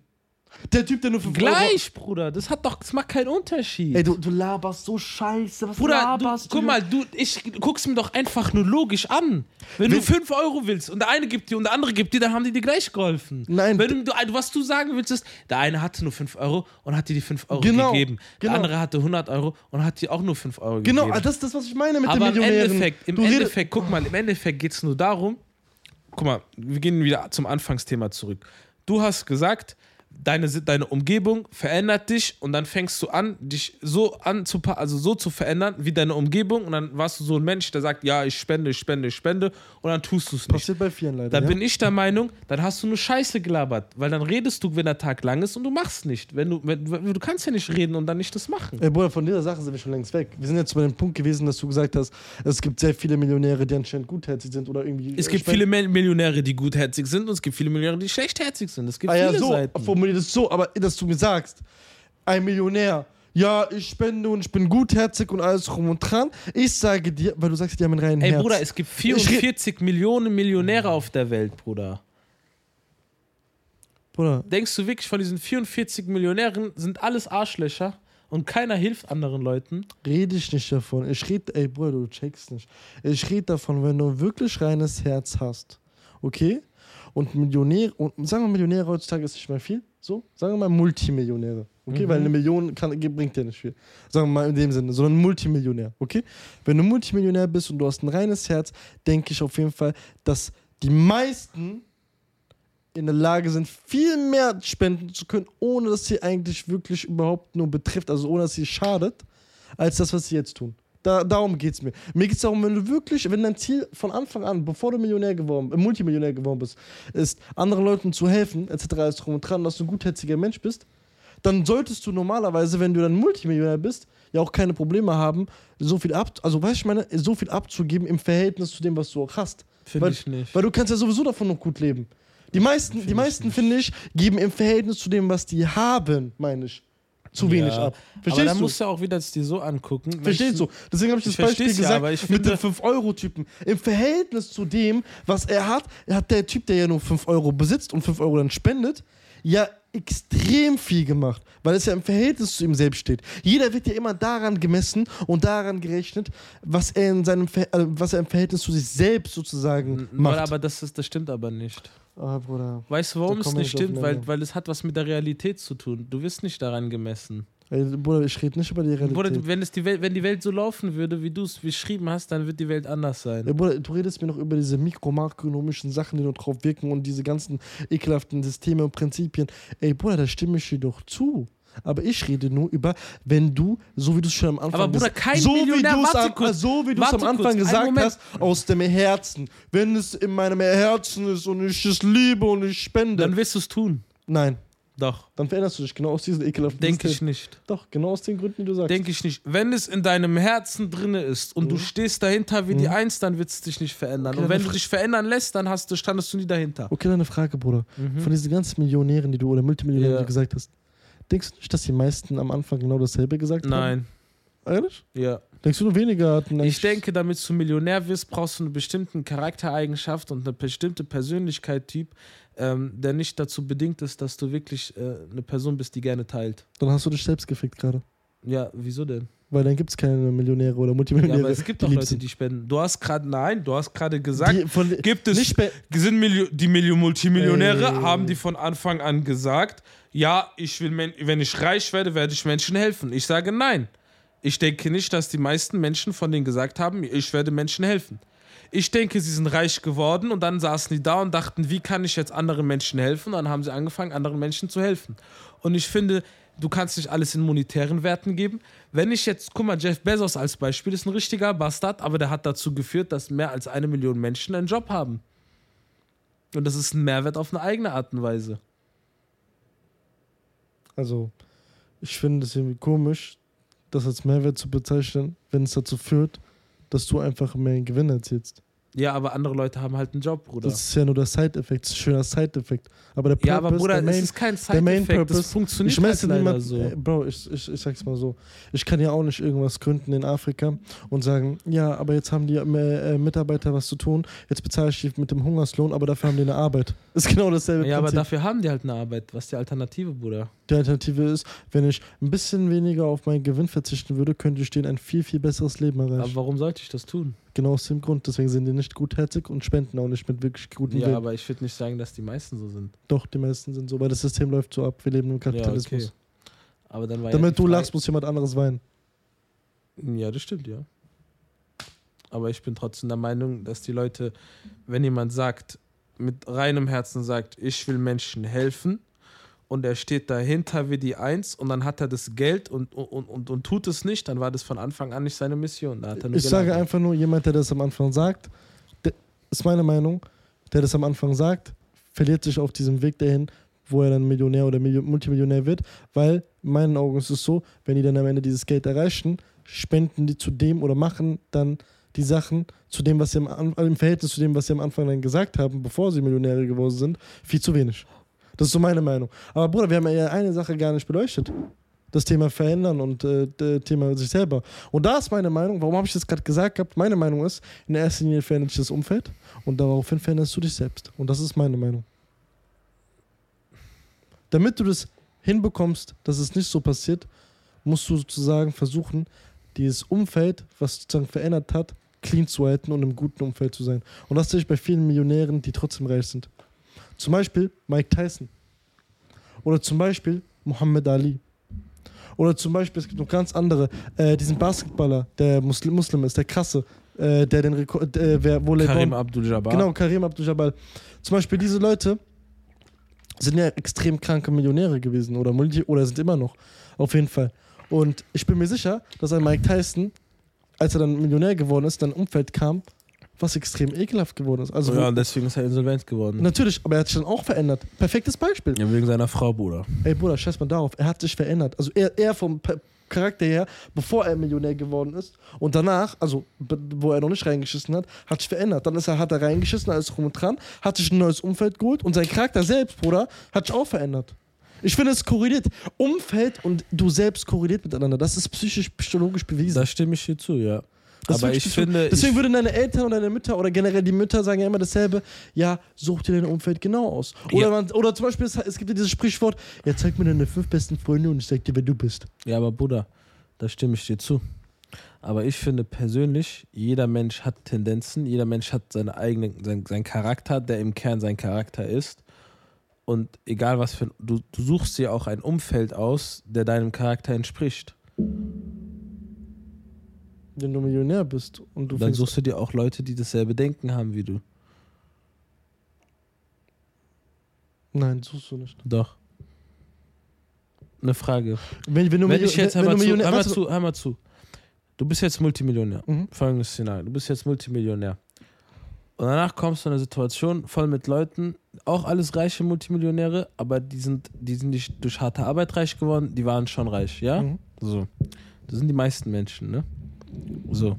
S1: Der Typ, der nur 5 Euro hat.
S2: Gleich, Bruder. Das hat doch, das macht keinen Unterschied.
S1: Ey, du, du laberst so scheiße. Was
S2: Bruder, du,
S1: laberst
S2: guck mal, du, ich guck's mir doch einfach nur logisch an. Wenn, du
S1: Wenn-
S2: 5 Euro willst und der eine gibt dir und der andere gibt dir, dann haben die dir gleich geholfen.
S1: Nein,
S2: Wenn du, du- was du sagen willst, ist, der eine hatte nur 5 Euro und hat dir die 5 Euro
S1: Genau,
S2: gegeben. Der
S1: genau.
S2: andere hatte 100 Euro und hat dir auch nur 5 Euro
S1: Genau,
S2: gegeben.
S1: ah, das ist das, was ich meine mit
S2: Aber
S1: den
S2: im
S1: Millionären.
S2: Endeffekt, im
S1: Du redest-
S2: Endeffekt, guck mal, im Endeffekt geht es nur darum, guck mal, wir gehen wieder zum Anfangsthema zurück. Du hast gesagt, deine, Si- deine Umgebung verändert dich und dann fängst du an, dich so anzupa also so zu verändern wie deine Umgebung und dann warst du so ein Mensch, der sagt, ja, ich spende, ich spende, ich spende und dann tust du es nicht.
S1: Passiert bei vielen leider.
S2: Da
S1: ja?
S2: bin ich der Meinung, dann hast du nur Scheiße gelabert, weil dann redest du, wenn der Tag lang ist und du machst nicht. Wenn du, wenn, du kannst ja nicht reden und dann nicht das machen.
S1: Ey, Bruder, von dieser Sache sind wir schon längst weg. Wir sind jetzt bei dem Punkt gewesen, dass du gesagt hast, es gibt sehr viele Millionäre, die anscheinend gutherzig sind oder irgendwie.
S2: Es
S1: äh,
S2: gibt
S1: spenden.
S2: viele Mil- Millionäre, die gutherzig sind und es gibt viele Millionäre, die schlechtherzig sind. Es gibt
S1: Ah, ja,
S2: viele
S1: so,
S2: Seiten.
S1: formulier das so, aber dass du mir sagst, ein Millionär, ja, ich spende und ich bin gutherzig und alles rum und dran. Ich sage dir, weil du sagst, die haben einen reinen
S2: Ey
S1: Herz.
S2: Bruder, es gibt
S1: red-
S2: 44 Millionen Millionäre auf der Welt, Bruder.
S1: Bruder,
S2: Denkst du wirklich, von diesen 44 Millionären sind alles Arschlöcher und keiner hilft anderen Leuten?
S1: rede ich nicht davon. Ich rede, ey Bruder, du checkst nicht. Ich rede davon, wenn du wirklich reines Herz hast. Okay? Und Millionäre, und sagen wir Millionäre heutzutage ist nicht mehr viel. So, sagen wir mal Multimillionäre. Okay, weil eine Million kann, ge- bringt dir nicht viel. Sagen wir mal in dem Sinne, sondern Multimillionär. Okay? Wenn du Multimillionär bist und du hast ein reines Herz, denke ich auf jeden Fall, dass die meisten in der Lage sind, viel mehr spenden zu können, ohne dass sie eigentlich wirklich überhaupt nur betrifft, also ohne dass sie schadet, als das, was sie jetzt tun. Da, darum geht es mir. Mir geht es darum, wenn du wirklich, wenn dein Ziel von Anfang an, bevor du Millionär geworden, äh, Multimillionär geworden bist, ist, anderen Leuten zu helfen, etc., alles drum und dran, dass du ein gutherziger Mensch bist, dann solltest du normalerweise, wenn du dann Multimillionär bist, ja auch keine Probleme haben, so viel ab, also weißt du, ich meine, so viel abzugeben im Verhältnis zu dem, was du auch hast.
S2: Finde
S1: Weil-
S2: ich nicht.
S1: weil du kannst ja sowieso davon noch gut leben. Die meisten, die meisten finde ich, geben im Verhältnis zu dem, was die haben, meine ich, zu wenig
S2: Ja.
S1: ab.
S2: aber
S1: Verstehst
S2: dann
S1: du?
S2: musst du auch wieder es dir so angucken.
S1: Verstehst du? Deswegen habe ich das
S2: Ich
S1: Beispiel
S2: versteh's ja,
S1: gesagt
S2: aber ich
S1: mit
S2: finde-
S1: dem 5-Euro-Typen. Im Verhältnis zu dem, was er hat, hat der Typ, der ja nur 5 Euro besitzt und 5 Euro dann spendet, ja extrem viel gemacht, weil es ja im Verhältnis zu ihm selbst steht. Jeder wird ja immer daran gemessen und daran gerechnet, was er in seinem Ver äh, was er im Verhältnis zu sich selbst sozusagen macht.
S2: Weil, aber das, ist, das stimmt aber nicht.
S1: Ah, Bruder.
S2: Weißt du, warum
S1: Da
S2: es
S1: kommen wir
S2: nicht
S1: nicht auf
S2: stimmt? Weil,
S1: Nenner.
S2: weil es hat was mit der Realität zu tun. Du wirst nicht daran gemessen.
S1: Ey, Bruder, ich rede nicht über die Realität.
S2: Bruder, wenn, es die Welt, wenn die Welt so laufen würde, wie du es beschrieben hast, dann wird die Welt anders sein.
S1: Ey, Bruder, du redest mir noch über diese mikromakroökonomischen Sachen, die noch drauf wirken und diese ganzen ekelhaften Systeme und Prinzipien. Ey, Bruder, da stimme ich dir doch zu. Aber ich rede nur über, wenn du, so wie du es schon am Anfang
S2: Aber Bruder,
S1: gesagt-
S2: kein
S1: so wie
S2: Millionär-
S1: du es
S2: warte
S1: am,
S2: kurz,
S1: so wie du es am
S2: warte kurz,
S1: Anfang
S2: einen
S1: gesagt
S2: Moment.
S1: hast, aus dem Herzen. Wenn es in meinem Herzen ist und ich es liebe und ich spende.
S2: Dann wirst du es tun.
S1: Nein,
S2: Doch.
S1: dann veränderst du dich genau aus diesen ekelhaften
S2: Denke ich
S1: Systemen.
S2: nicht.
S1: Doch, genau aus den Gründen, die du sagst.
S2: Denke ich nicht. Wenn es in deinem Herzen drinne ist und du stehst dahinter wie die Eins, dann wird es dich nicht verändern.
S1: Okay,
S2: und wenn
S1: dann-
S2: du dich verändern lässt, dann hast du, standest du nie dahinter.
S1: Okay, deine Frage, Bruder. Von diesen ganzen Millionären, die du oder Multimillionären,
S2: Mhm. Ja.
S1: die du gesagt hast, denkst du nicht, dass die meisten am Anfang genau dasselbe gesagt
S2: Nein.
S1: haben? Nein. Ehrlich?
S2: Ja.
S1: Denkst du nur weniger hatten?
S2: Ich denke, damit du Millionär wirst, brauchst du eine bestimmte Charaktereigenschaft und eine bestimmte Persönlichkeit-Typ, ähm, der nicht dazu bedingt ist, dass du wirklich äh, eine Person bist, die gerne teilt.
S1: Dann hast du dich selbst gefickt gerade.
S2: Ja, wieso denn?
S1: Weil dann gibt es keine Millionäre oder
S2: Ja,
S1: Multimillionäre.
S2: aber es gibt
S1: die
S2: doch
S1: lieb
S2: Leute,
S1: sind.
S2: die spenden. Du hast gerade, nein, du hast gerade gesagt,
S1: Die von,
S2: gibt es
S1: nicht spe-
S2: sind Milio die Milio Multimillionäre,
S1: Ey.
S2: haben die von Anfang an gesagt, ja, ich will, Men wenn ich reich werde, werde ich Menschen helfen. Ich sage nein. Ich denke nicht, dass die meisten Menschen von denen gesagt haben, ich werde Menschen helfen. Ich denke, sie sind reich geworden und dann saßen die da und dachten, wie kann ich jetzt anderen Menschen helfen? Und dann haben sie angefangen, anderen Menschen zu helfen. Und ich finde, du kannst nicht alles in monetären Werten geben. Wenn ich jetzt, guck mal, Jeff Bezos als Beispiel ist ein richtiger Bastard, aber der hat dazu geführt, dass mehr als eine Million Menschen einen Job haben. Und das ist ein Mehrwert auf eine eigene Art und Weise.
S1: Also, ich finde es irgendwie komisch, das als Mehrwert zu bezeichnen, wenn es dazu führt, dass du einfach mehr Gewinn erzielst.
S2: Ja, aber andere Leute haben halt einen Job, Bruder.
S1: Das ist ja nur der Side-Effekt, das ist ein schöner Side-Effekt. Aber der Purpose,
S2: ja, aber Bruder,
S1: der Main,
S2: es ist kein
S1: Main
S2: Side-Effekt. Das
S1: Purpose-
S2: funktioniert
S1: ich messe
S2: halt leider
S1: niemand,
S2: so.
S1: äh, Bro, ich, ich, ich sag's mal so. Ich kann ja auch nicht irgendwas gründen in Afrika und sagen, ja, aber jetzt haben die äh, äh, Mitarbeiter was zu tun, jetzt bezahle ich die mit dem Hungerslohn, aber dafür haben die eine Arbeit. (laughs) Ist genau dasselbe
S2: Ja, aber
S1: Prinzip.
S2: dafür haben die halt eine Arbeit. Was ist die Alternative, Bruder?
S1: Die Alternative ist, wenn ich ein bisschen weniger auf meinen Gewinn verzichten würde, könnte ich denen ein viel, viel besseres Leben erreichen.
S2: Aber warum sollte ich das tun?
S1: Genau aus dem Grund. Deswegen sind die nicht gutherzig und spenden auch nicht mit wirklich gutem
S2: Ja,
S1: Willen.
S2: aber ich würde nicht sagen, dass die meisten so sind.
S1: Doch, die meisten sind so, weil das System läuft so ab. Wir leben im Kapitalismus.
S2: Ja, okay. Aber dann war ja
S1: Damit
S2: die
S1: du
S2: Frage-
S1: lachst, muss jemand anderes weinen.
S2: Ja, das stimmt, ja. Aber ich bin trotzdem der Meinung, dass die Leute, wenn jemand sagt, mit reinem Herzen sagt, ich will Menschen helfen und er steht dahinter wie die Eins und dann hat er das Geld und, und, und, und tut es nicht, dann war das von Anfang an nicht seine Mission. Da hat er nur
S1: Ich sage
S2: gelabert.
S1: einfach nur, jemand, der das am Anfang sagt, der, ist meine Meinung, der das am Anfang sagt, verliert sich auf diesem Weg dahin, wo er dann Millionär oder Milli- Multimillionär wird, weil in meinen Augen ist es so, wenn die dann am Ende dieses Geld erreichen, spenden die zu dem oder machen dann die Sachen zu dem, was sie am, An- im Verhältnis zu dem, was sie am Anfang dann gesagt haben, bevor sie Millionäre geworden sind, viel zu wenig. Das ist so meine Meinung. Aber Bruder, wir haben ja eine Sache gar nicht beleuchtet. Das Thema verändern und äh, d- Thema sich selber. Und da ist meine Meinung, warum habe ich das gerade gesagt gehabt? Meine Meinung ist, in erster Linie verändert sich das Umfeld und daraufhin veränderst du dich selbst. Und das ist meine Meinung. Damit du das hinbekommst, dass es nicht so passiert, musst du sozusagen versuchen, dieses Umfeld, was sozusagen verändert hat, clean zu halten und im guten Umfeld zu sein. Und das sehe ich bei vielen Millionären, die trotzdem reich sind. Zum Beispiel Mike Tyson. Oder zum Beispiel Muhammad Ali. Oder zum Beispiel, es gibt noch ganz andere, äh, diesen Basketballer, der Muslim, Muslim ist, der krasse, äh, der den Rekord, äh, wer, wo LeBron,
S2: Karim Abdul-Jabbar.
S1: Genau, Karim Abdul-Jabbar. Zum Beispiel diese Leute sind ja extrem kranke Millionäre gewesen oder, Multi oder sind immer noch, auf jeden Fall. Und ich bin mir sicher, dass ein Mike Tyson, als er dann Millionär geworden ist, dann ein Umfeld kam, was extrem ekelhaft geworden ist. Also
S2: ja,
S1: wo,
S2: und deswegen ist er insolvent geworden.
S1: natürlich, aber er hat sich dann auch verändert. Perfektes Beispiel.
S2: Ja, wegen seiner Frau, Bruder.
S1: Ey Bruder, scheiß mal darauf, er hat sich verändert. Also er, er vom Pe- Charakter her, bevor er Millionär geworden ist und danach, also be- wo er noch nicht reingeschissen hat, hat sich verändert. Dann ist er, hat er reingeschissen, alles rum und dran, hat sich ein neues Umfeld geholt und sein Charakter selbst, Bruder, hat sich auch verändert. Ich finde, es korreliert. Umfeld und du selbst korreliert miteinander. Das ist psychisch, psychologisch bewiesen.
S2: Da stimme ich dir zu, ja.
S1: Das ist
S2: Aber
S1: wirklich
S2: ich
S1: so.
S2: finde,
S1: Deswegen
S2: ich,
S1: würden deine Eltern oder deine Mütter oder generell die Mütter sagen ja immer dasselbe. Ja, such dir dein Umfeld genau aus. Oder,
S2: Ja.
S1: man, oder zum Beispiel, es, es gibt ja dieses Sprichwort: Ja, zeig mir deine fünf besten Freunde und ich sag dir, wer du bist.
S2: Ja, aber Bruder, da stimme ich dir zu. Aber ich finde persönlich, jeder Mensch hat Tendenzen, jeder Mensch hat seine eigene, sein, seinen Charakter, der im Kern sein Charakter ist. Und egal was für, du, du suchst dir auch ein Umfeld aus, der deinem Charakter entspricht.
S1: Wenn du Millionär bist und du
S2: Dann
S1: fängst-
S2: suchst du dir auch Leute, die dasselbe Denken haben wie du.
S1: Nein, suchst du nicht.
S2: Doch. Eine Frage.
S1: Wenn, wenn du,
S2: Wenn
S1: Millio-
S2: ich jetzt, hör
S1: wenn, wenn
S2: mal,
S1: du
S2: zu, hör,
S1: Millionär
S2: mal
S1: warte,
S2: zu, hör mal zu. Du bist jetzt Multimillionär.
S1: Mhm.
S2: Folgendes Szenario. Du bist jetzt Multimillionär. Und danach kommst du in eine Situation voll mit Leuten, auch alles reiche Multimillionäre, aber die sind, die sind nicht durch harte Arbeit reich geworden, die waren schon reich, ja?
S1: Mhm.
S2: So. Das sind die meisten Menschen, ne? So.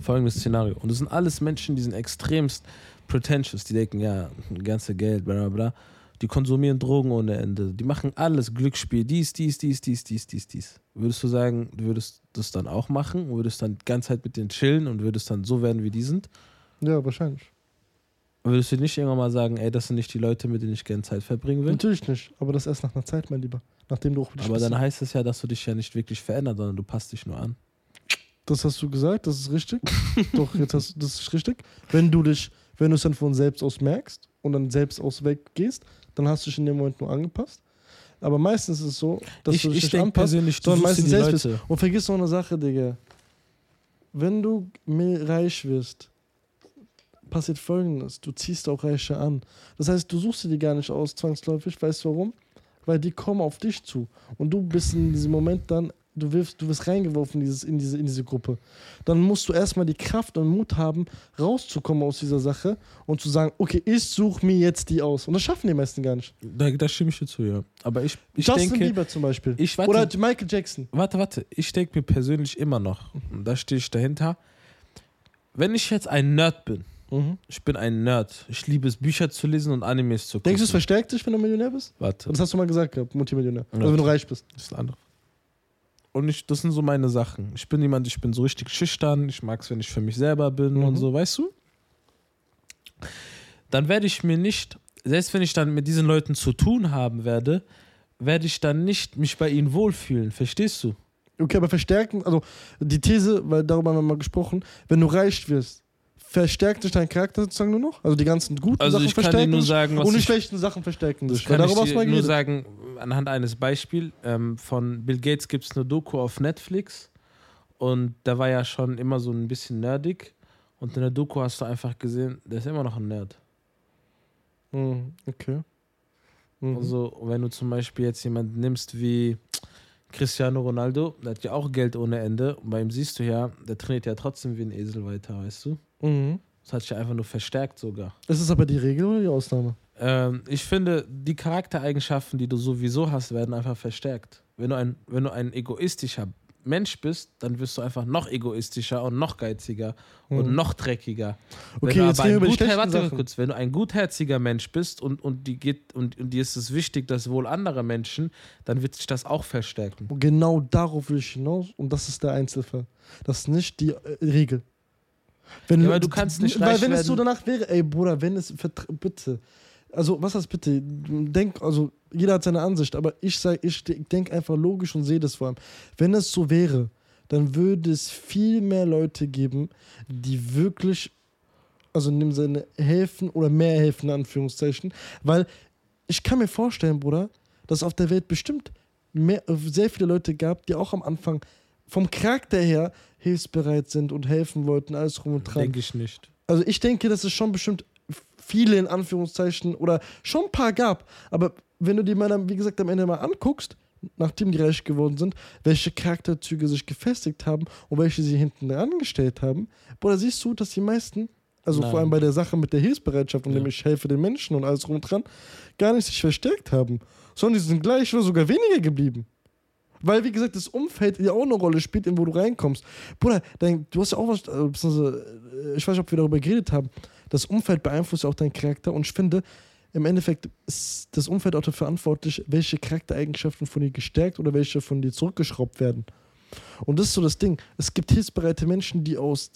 S2: Folgendes Szenario. Und das sind alles Menschen, die sind extremst pretentious. Die denken, ja, ganze Geld, bla bla bla. Die konsumieren Drogen ohne Ende. Die machen alles, Glücksspiel, dies, dies, dies, dies, dies, dies, dies. Würdest du sagen, du würdest das dann auch machen? Würdest dann die ganze Zeit mit denen chillen und würdest dann so werden, wie die sind?
S1: Ja, wahrscheinlich.
S2: Würdest du nicht irgendwann mal sagen, ey, das sind nicht die Leute, mit denen ich gerne Zeit verbringen will?
S1: Natürlich nicht, aber das erst nach einer Zeit, mein Lieber. Nachdem du auch
S2: Aber dann heißt es ja, dass du dich ja nicht wirklich veränderst, sondern du passt dich nur an.
S1: Das hast du gesagt, das ist richtig. (laughs) Doch, jetzt hast du, das ist richtig. Wenn du dich, wenn du es dann von selbst aus merkst und dann selbst aus weggehst, dann hast du dich in dem Moment nur angepasst. Aber meistens ist es so, dass
S2: ich
S1: du dich
S2: ich
S1: nicht
S2: denke
S1: anpasst,
S2: persönlich, du
S1: sondern
S2: suchst dir
S1: meistens
S2: die
S1: selbst
S2: Leute.
S1: bist. Und vergiss noch eine Sache, Digga. Wenn du mehr reich wirst, passiert folgendes: Du ziehst auch Reiche an. Das heißt, du suchst dir die gar nicht aus, zwangsläufig. Weißt du warum? Weil die kommen auf dich zu. Und du bist in diesem Moment dann, du, wirfst, du wirst reingeworfen in, dieses, in, diese, in diese Gruppe. Dann musst du erstmal die Kraft und Mut haben, rauszukommen aus dieser Sache und zu sagen: Okay, ich suche mir jetzt die aus. Und das schaffen die meisten gar nicht.
S2: Da, da stimme ich dir zu, ja. Aber ich, ich
S1: Justin
S2: denke,
S1: Bieber zum Beispiel.
S2: ich warte,
S1: Oder Michael Jackson.
S2: warte, warte, ich denke mir persönlich immer noch, und da stehe ich dahinter, wenn ich jetzt ein Nerd bin, ich bin ein Nerd, ich liebe es, Bücher zu lesen und Animes zu gucken.
S1: Denkst du, es verstärkt sich, wenn du Millionär bist?
S2: Warte,
S1: Das hast du mal gesagt gehabt, Multimillionär.
S2: Ja.
S1: Also wenn du reich bist.
S2: das ist eine andere. Und ich, das sind so meine Sachen. Ich bin jemand, ich bin so richtig schüchtern, ich mag es, wenn ich für mich selber bin
S1: Mhm.
S2: und so, weißt du? Dann werde ich mir nicht, selbst wenn ich dann mit diesen Leuten zu tun haben werde, werde ich dann nicht mich bei ihnen wohlfühlen, verstehst du?
S1: Okay, aber verstärken, also die These, weil darüber haben wir mal gesprochen, wenn du reich wirst, verstärkt sich dein Charakter sozusagen nur noch? Also die ganzen guten
S2: Also
S1: Sachen
S2: ich kann dir
S1: verstärken
S2: nur
S1: sich
S2: sagen, was
S1: und die
S2: ich
S1: schlechten Sachen verstärken
S2: Das
S1: sich. Weil
S2: kann ich
S1: darüber hast du
S2: dir
S1: mal
S2: nur
S1: geredet.
S2: sagen, anhand eines Beispiels. Ähm, von Bill Gates gibt es eine Doku auf Netflix und da war ja schon immer so ein bisschen nerdig. Und in der Doku hast du einfach gesehen, der ist immer noch ein Nerd.
S1: Hm, okay. Mhm.
S2: Also, wenn du zum Beispiel jetzt jemanden nimmst wie Cristiano Ronaldo, der hat ja auch Geld ohne Ende. Und bei ihm siehst du ja, der trainiert ja trotzdem wie ein Esel weiter, weißt du?
S1: mhm.
S2: Das hat sich ja einfach nur verstärkt sogar.
S1: Ist es aber die Regel oder die Ausnahme?
S2: Ähm, ich finde, die Charaktereigenschaften, die du sowieso hast, werden einfach verstärkt. Wenn du ein, wenn du ein egoistischer Mensch bist, dann wirst du einfach noch egoistischer und noch geiziger und
S1: Mhm.
S2: noch dreckiger.
S1: Okay,
S2: wenn du
S1: jetzt reden wir
S2: aber ein
S1: über die
S2: guter,
S1: schlechten
S2: warte
S1: Sachen.
S2: kurz, wenn du ein gutherziger Mensch bist und, und, die geht, und, und dir ist es wichtig, das Wohl anderer Menschen, dann wird sich das auch verstärken.
S1: Und Genau darauf will ich hinaus und das ist der Einzelfall. Das ist nicht die äh, Regel. Wenn
S2: Ja, weil du kannst nicht
S1: Weil
S2: reich
S1: wenn es so
S2: werden.
S1: danach wäre, ey Bruder, wenn es vertr- bitte. Also, was heißt bitte? Denk, also jeder hat seine Ansicht, aber ich sage, ich denke einfach logisch und sehe das vor allem. Wenn es so wäre, dann würde es viel mehr Leute geben, die wirklich, also in dem Sinne helfen oder mehr helfen, in Anführungszeichen, weil ich kann mir vorstellen, Bruder, dass auf der Welt bestimmt mehr, sehr viele Leute gab, die auch am Anfang vom Charakter her hilfsbereit sind und helfen wollten, alles rum und dran.
S2: Denke ich nicht.
S1: Also ich denke, dass es schon bestimmt viele in Anführungszeichen oder schon ein paar gab. Aber wenn du dir mal, dann, wie gesagt, am Ende mal anguckst, nachdem die reich geworden sind, welche Charakterzüge sich gefestigt haben und welche sie hinten dran gestellt haben, Bruder, siehst du, dass die meisten, also
S2: Nein.
S1: vor allem bei der Sache mit der Hilfsbereitschaft und
S2: Ja.
S1: dem ich helfe den Menschen und alles rum und dran, gar nicht sich verstärkt haben, sondern die sind gleich oder sogar weniger geblieben. Weil, wie gesagt, das Umfeld ja auch eine Rolle spielt, in wo du reinkommst. Bruder, dein, du hast ja auch was, äh, beziehungsweise, äh, ich weiß nicht, ob wir darüber geredet haben, das Umfeld beeinflusst ja auch deinen Charakter und ich finde, im Endeffekt ist das Umfeld auch dafür verantwortlich, welche Charaktereigenschaften von dir gestärkt oder welche von dir zurückgeschraubt werden. Und das ist so das Ding. Es gibt hilfsbereite Menschen, die aus,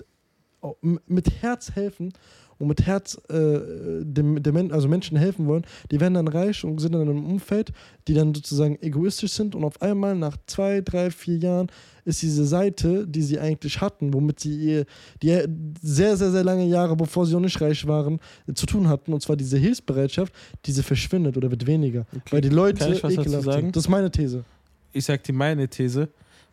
S1: au- m- mit Herz helfen und mit Herz äh, dem, dem, Men- also Menschen helfen wollen, die werden dann reich und sind dann in einem Umfeld, die dann sozusagen egoistisch sind und auf einmal nach zwei, drei, vier Jahren ist diese Seite, die sie eigentlich hatten, womit sie ihr, die sehr, sehr, sehr lange Jahre, bevor sie noch nicht reich waren, zu tun hatten, und zwar diese Hilfsbereitschaft, diese verschwindet oder wird weniger. Weil die Leute
S2: Kann ich was dazu
S1: ekelhaft
S2: sagen?
S1: sind. Das ist meine These.
S2: ich sag dir meine These.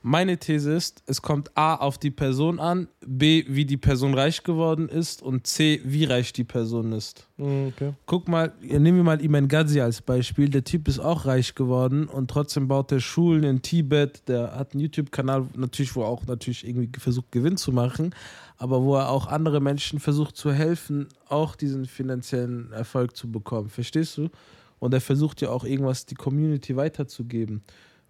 S2: Meine These ist, es kommt A auf die Person an, B, wie die Person reich geworden ist und C, wie reich die Person ist.
S1: Okay.
S2: Guck mal, nehmen wir mal Iman Ghazi als Beispiel. Der Typ ist auch reich geworden und trotzdem baut er Schulen in Tibet. Der hat einen YouTube-Kanal, natürlich, wo er auch natürlich irgendwie versucht, Gewinn zu machen, aber wo er auch andere Menschen versucht zu helfen, auch diesen finanziellen Erfolg zu bekommen. Verstehst du? Und er versucht ja auch irgendwas, die Community weiterzugeben.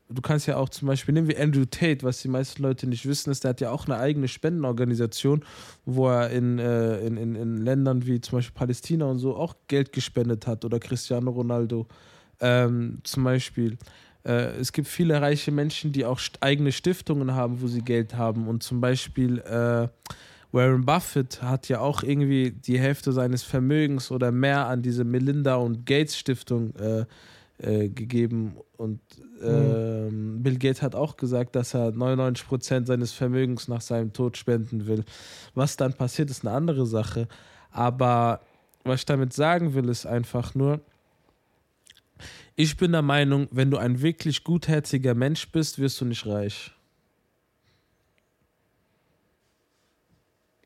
S2: du kannst ja auch zum Beispiel, nehmen wir Andrew Tate, was die meisten Leute nicht wissen, ist, der hat ja auch eine eigene Spendenorganisation, wo er in, äh, in, in, in Ländern wie zum Beispiel Palästina und so auch Geld gespendet hat oder Cristiano Ronaldo ähm, zum Beispiel. Äh, es gibt viele reiche Menschen, die auch st- eigene Stiftungen haben, wo sie Geld haben und zum Beispiel äh, Warren Buffett hat ja auch irgendwie die Hälfte seines Vermögens oder mehr an diese Melinda und Gates Stiftung äh, äh, gegeben. Und ähm, Bill Gates hat auch gesagt, dass er 99% seines Vermögens nach seinem Tod spenden will. Was dann passiert, ist eine andere Sache. Aber was ich damit sagen will, ist einfach nur, ich bin der Meinung, wenn du ein wirklich gutherziger Mensch bist, wirst du nicht reich.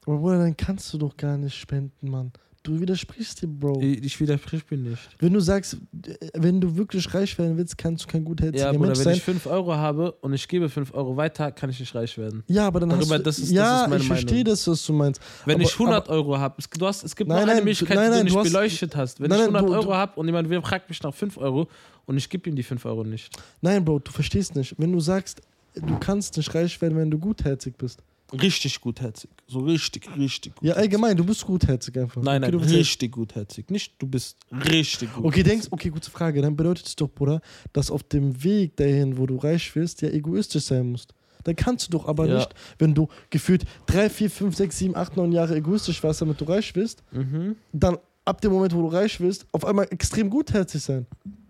S1: Aber Bruder, dann kannst du doch gar nicht spenden, Mann. Du widersprichst dir, Bro.
S2: Ich, ich widersprich mir nicht.
S1: Wenn du sagst, äh, wenn du wirklich reich werden willst, kannst du kein gutherziger
S2: Ja, Bruder,
S1: Mensch
S2: wenn
S1: sein.
S2: ich 5 Euro habe und ich gebe 5 Euro weiter, kann ich nicht reich werden.
S1: Ja, aber dann
S2: Darüber,
S1: hast du,
S2: das ist- das
S1: ja,
S2: ist meine
S1: ich
S2: Meinung.
S1: verstehe das, was du meinst.
S2: Wenn
S1: aber,
S2: ich 100 Euro habe, es, du hast, es gibt
S1: Nein,
S2: noch eine
S1: nein,
S2: Möglichkeit,
S1: nein, nein,
S2: die du
S1: du hast-
S2: nicht beleuchtet hast. Wenn
S1: Nein,
S2: ich
S1: nein,
S2: 100
S1: du-
S2: Euro habe und jemand will- fragt mich nach 5 Euro und ich gebe ihm die 5 Euro nicht.
S1: aber, nein, Bro, du verstehst nicht. Wenn du sagst, du kannst nicht reich werden, wenn du gutherzig bist.
S2: Richtig gutherzig. So richtig, richtig
S1: Ja, allgemein, du bist gutherzig einfach.
S2: Nein,
S1: okay,
S2: nein,
S1: du bist
S2: richtig gutherzig. Nicht, du bist richtig gutherzig.
S1: Okay, denkst, okay, gute Frage. Dann bedeutet es doch, Bruder, dass auf dem Weg dahin, wo du reich wirst, ja egoistisch sein musst. Dann kannst du doch aber
S2: Ja.
S1: nicht, wenn du gefühlt 3, 4, 5, 6, 7, 8, 9 Jahre egoistisch warst, damit du reich wirst,
S2: Mhm.
S1: dann ab dem Moment, wo du reich wirst, auf einmal extrem gutherzig sein.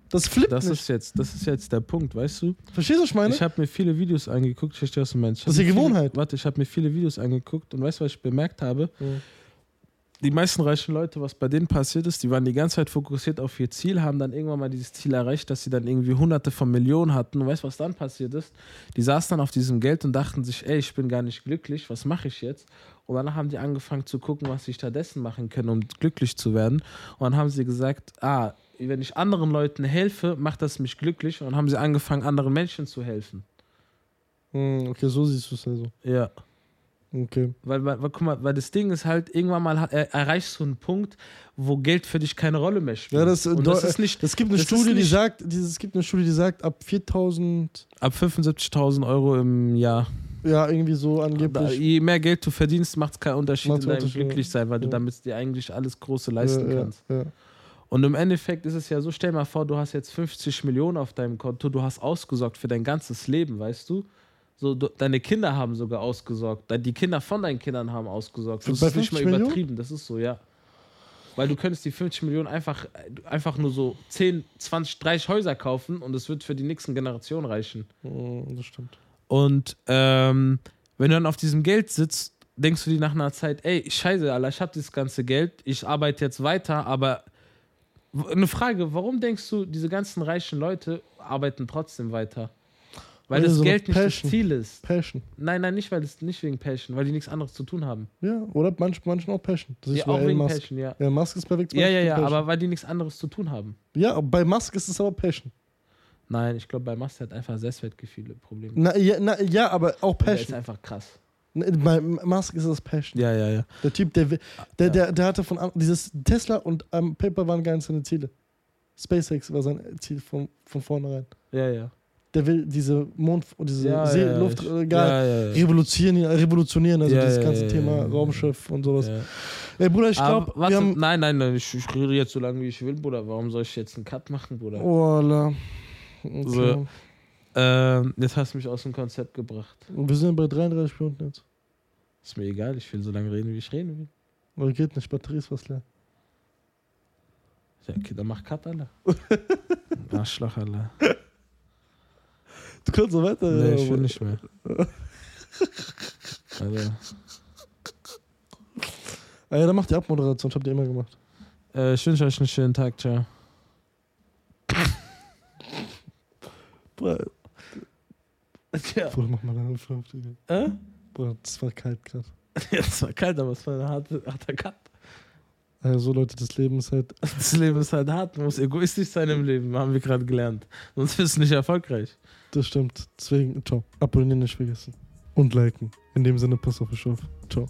S1: Das flippt
S2: Das,
S1: nicht.
S2: ist jetzt, das ist jetzt der Punkt, weißt du?
S1: Verstehst du, was ich meine?
S2: Ich habe mir viele Videos angeguckt, ich verstehe, was du meinst. Ich
S1: Das
S2: hab
S1: ist
S2: mir
S1: die
S2: viele-
S1: Gewohnheit.
S2: Warte, ich habe mir viele Videos angeguckt und weißt du, was ich bemerkt habe?
S1: Ja.
S2: Die meisten reichen Leute, was bei denen passiert ist, die waren die ganze Zeit fokussiert auf ihr Ziel, haben dann irgendwann mal dieses Ziel erreicht, dass sie dann irgendwie hunderte von Millionen hatten. Und weißt du, was dann passiert ist? Die saßen dann auf diesem Geld und dachten sich, ey, ich bin gar nicht glücklich, was mache ich jetzt? Und dann haben die angefangen zu gucken, was sie stattdessen machen können, um glücklich zu werden. Und dann haben sie gesagt, ah, wenn ich anderen Leuten helfe, macht das mich glücklich. Und dann haben sie angefangen, anderen Menschen zu helfen.
S1: Hm, okay, so siehst du es also.
S2: Ja.
S1: Okay.
S2: Weil, weil, weil, guck mal, weil das Ding ist halt, irgendwann mal hat- er, erreichst du einen Punkt, wo Geld für dich keine Rolle mehr spielt.
S1: Ja, das, äh,
S2: Und
S1: deu-
S2: das ist nicht
S1: Es gibt eine
S2: Das ist
S1: Studie, die
S2: nicht-
S1: sagt, dieses, es gibt eine Studie, die sagt, ab 4000,
S2: ab 75.000 Euro im Jahr.
S1: ja, irgendwie so
S2: Ah, Da,
S1: angeblich.
S2: je mehr Geld du verdienst, macht es keinen Unterschied
S1: Macht's
S2: in deinem
S1: Unterschied, ja.
S2: Glücklichsein, weil du
S1: Ja.
S2: damit dir eigentlich alles Große leisten
S1: äh, ja, ja,
S2: kannst.
S1: ja.
S2: Und im Endeffekt ist es ja so, stell mal vor, du hast jetzt 50 Millionen auf deinem Konto, du hast ausgesorgt für dein ganzes Leben, weißt du? So, du, deine Kinder haben sogar ausgesorgt. dein- Die Kinder von deinen Kindern haben ausgesorgt.
S1: Für-
S2: Das
S1: bei
S2: ist nicht mal
S1: 50 Millionen?
S2: übertrieben, das ist so, ja. Weil du könntest die 50 Millionen einfach, äh, einfach nur so 10, 20, 30 Häuser kaufen und es wird für die nächsten Generationen reichen.
S1: Hm, Das stimmt.
S2: Und ähm, wenn du dann auf diesem Geld sitzt, denkst du dir nach einer Zeit, ey, scheiße, Alter, ich habe dieses ganze Geld, ich arbeite jetzt weiter, aber w- eine Frage, warum denkst du, diese ganzen reichen Leute arbeiten trotzdem weiter? Weil
S1: Weil
S2: das
S1: so eine
S2: Geld nicht
S1: Passion-
S2: das Ziel ist.
S1: Passion.
S2: Nein, nein, nicht, weil es nicht wegen Passion, weil die nichts anderes zu tun haben.
S1: Ja, oder manch, manchen auch Passion. Das ist
S2: Ja,
S1: bei
S2: auch
S1: Elon
S2: wegen
S1: Musk.
S2: Passion, ja.
S1: Ja, Musk ist perfekt.
S2: Ja, ja, ja, aber weil die nichts anderes zu tun haben.
S1: Ja, aber bei Musk ist es aber Passion.
S2: Nein, ich glaube, bei Master hat einfach Selbstwertgefühle Probleme.
S1: Na, ja, na, ja aber auch
S2: Der ist
S1: Passion.
S2: einfach krass.
S1: Na, Bei Musk ist es Passion.
S2: Ja, ja, ja.
S1: Der Typ, der, will- der,
S2: Ja.
S1: der, der hatte von an- dieses Tesla und ähm, PayPal waren gar nicht seine Ziele. SpaceX war sein Ziel von, von vornherein.
S2: Ja, ja.
S1: Der will diese Mond- und diese
S2: ja,
S1: See,
S2: ja,
S1: Luft,
S2: ich-
S1: äh, egal,
S2: ja, ja, ja.
S1: revolutionieren, revolutionieren, also
S2: Ja,
S1: dieses
S2: ja,
S1: ganze
S2: ja,
S1: Thema
S2: ja, ja.
S1: Raumschiff und sowas.
S2: ja.
S1: Ey Bruder, ich
S2: Aber
S1: glaube,
S2: Ah, warte,
S1: wir haben.
S2: nein, nein, nein, ich, ich rede jetzt so lange, wie ich will, Bruder. Warum soll ich jetzt einen Cut machen, Bruder?
S1: Oh, la. Okay.
S2: So. Ähm, jetzt hast du mich aus dem Konzept gebracht.
S1: Wir sind bei 33 Minuten jetzt.
S2: Ist mir egal, ich will so lange reden, wie ich reden will.
S1: Oder geht nicht, Batterie ist was leer.
S2: Ja, okay, dann mach Cut, (laughs) Alter. Arschloch, Alter.
S1: Du kannst so weiter.
S2: Nee, ich will nicht mehr. Alter.
S1: Ah, ja, dann mach die Abmoderation, ich hab die immer gemacht.
S2: Äh, ich wünsche euch einen schönen Tag, ciao.
S1: Bruder,
S2: Ja.
S1: Bruder, mach mal deine vernünftige.
S2: Äh?
S1: Bruder, das war kalt gerade.
S2: Jetzt war kalt, aber es war ein harter, harter Cut.
S1: Also Leute, das Leben ist halt.
S2: Das Leben ist halt hart, man muss egoistisch sein im Leben, haben wir gerade gelernt. Sonst wirst du nicht erfolgreich.
S1: Das stimmt. Deswegen, ciao. Abonnieren nicht vergessen. Und liken. In dem Sinne, pass auf euch auf. Ciao.